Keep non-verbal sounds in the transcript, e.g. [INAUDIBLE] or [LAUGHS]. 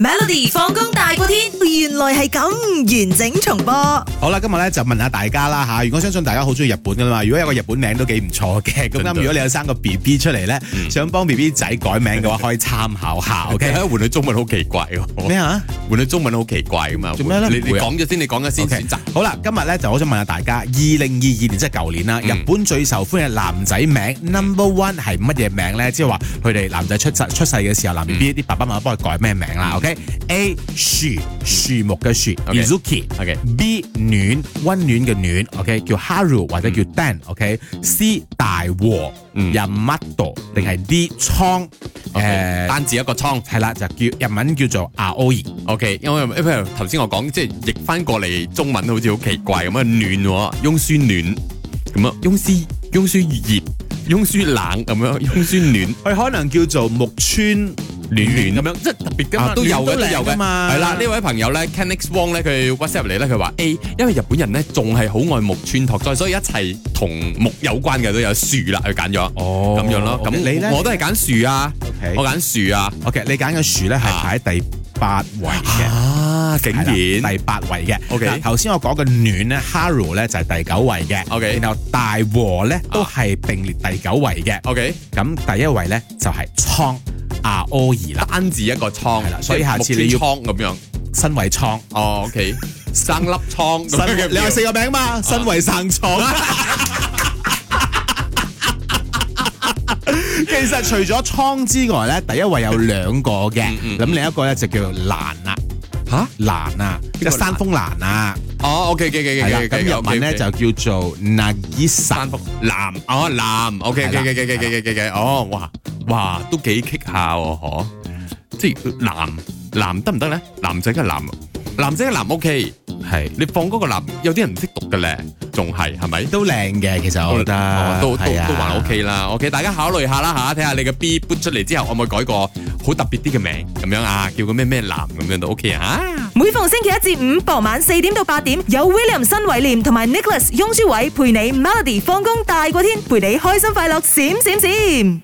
Melody 放工大過天，原來係咁完整重播。好啦，今日咧就問下大家啦吓，如果相信大家好中意日本噶嘛，如果有個日本名都幾唔錯 [LAUGHS] 嘅，咁真嗯啱㗎如果你有生個 B B 出嚟咧，想幫 B B 仔改名嘅 [LAUGHS] 話，可以參考下，OK？換佢中文好奇怪喎。咩啊換佢中文好奇怪噶嘛？做咩咧你你唔會啊講咗先，你講咗先？OK，選擇。好啦，今日咧就好想問下大家，二零二二年即係舊年啦，嗯日本最受歡迎嘅男仔名 number one 係乜嘢名咧？即係話佢哋男仔出世出世嘅時候，男 B B 啲爸爸媽媽幫佢改咩名啦？OK？A 樹樹木嘅樹嗯 OK ，Yuzuki。 OK， B 暖温暖嘅暖，OK 叫 Haru 或者叫 Dan，OK，C、大和嗯人乜度定係 D 倉 OK，誒單字一個倉。係啦，就叫日文叫做 Aoi。 OK，因為因為頭先我講即係譯翻過嚟中文好似好奇怪咁啊，暖喎，翁書暖咁啊，翁書翁書熱，翁書冷咁樣， [LAUGHS] 翁書暖佢可能叫做木村暖暖咁樣，即係特別噶啊嘛，都有都嘅有嘅都有都有㗎嘅嘛係啦，呢位朋友咧，Kenix Wong 咧，佢 WhatsApp 嚟咧，佢話 A，因為日本人咧仲係好愛木村拓哉，所以一齊同木有關嘅都有樹啦，佢揀咗。哦咁樣咯。咁你咧我都係揀樹啊， ？OK，我揀樹啊。 OK，你揀嘅樹咧係啊排喺第八位嘅。啊，竟係啦然第八位嘅。 OK 嗱頭先我講嘅暖咧，Haru 咧就係第九位嘅。 OK 然後大和咧都係並列第九位嘅。 OK，咁第一位咧就係倉 Aoi 啦，單字一個倉，係啦所以下次你要倉咁樣。身為倉。哦，OK，生粒倉咁樣嘅你有四個名嘛？身為生 [LAUGHS] 廠。其實除咗倉之外咧，第一位有兩個嘅，咁、嗯嗯另一個咧就叫做蘭啦，嚇蘭啊，即邊個係山峰蘭啊，哦，OK，OK，OK，OK，OK，OK，OK，OK，係啦，咁日文咧就叫做 Nagisa 山峰藍，哦藍，OK，OK，OK，OK，OK，OK，哦，哇哇都幾棘下喎，嗬，即係藍藍得唔得咧？男仔嘅藍，男仔嘅藍 OK，係你放嗰個藍，有啲人唔識讀嘅咧，仲係係咪？都靚嘅，其實我覺哦得都都係啊都還 OK 啦，OK，大家考慮下啦吓，睇下你嘅 B 搬出嚟之後，可唔可以改個好特別啲嘅名咁樣啊？叫個咩咩男咁樣都 OK 啊？每逢星期一至五傍晚四點到八點，有 William 新偉廉同埋 Nicholas 雍舒偉陪你 Melody 放工大過天，陪你開心快樂閃閃閃。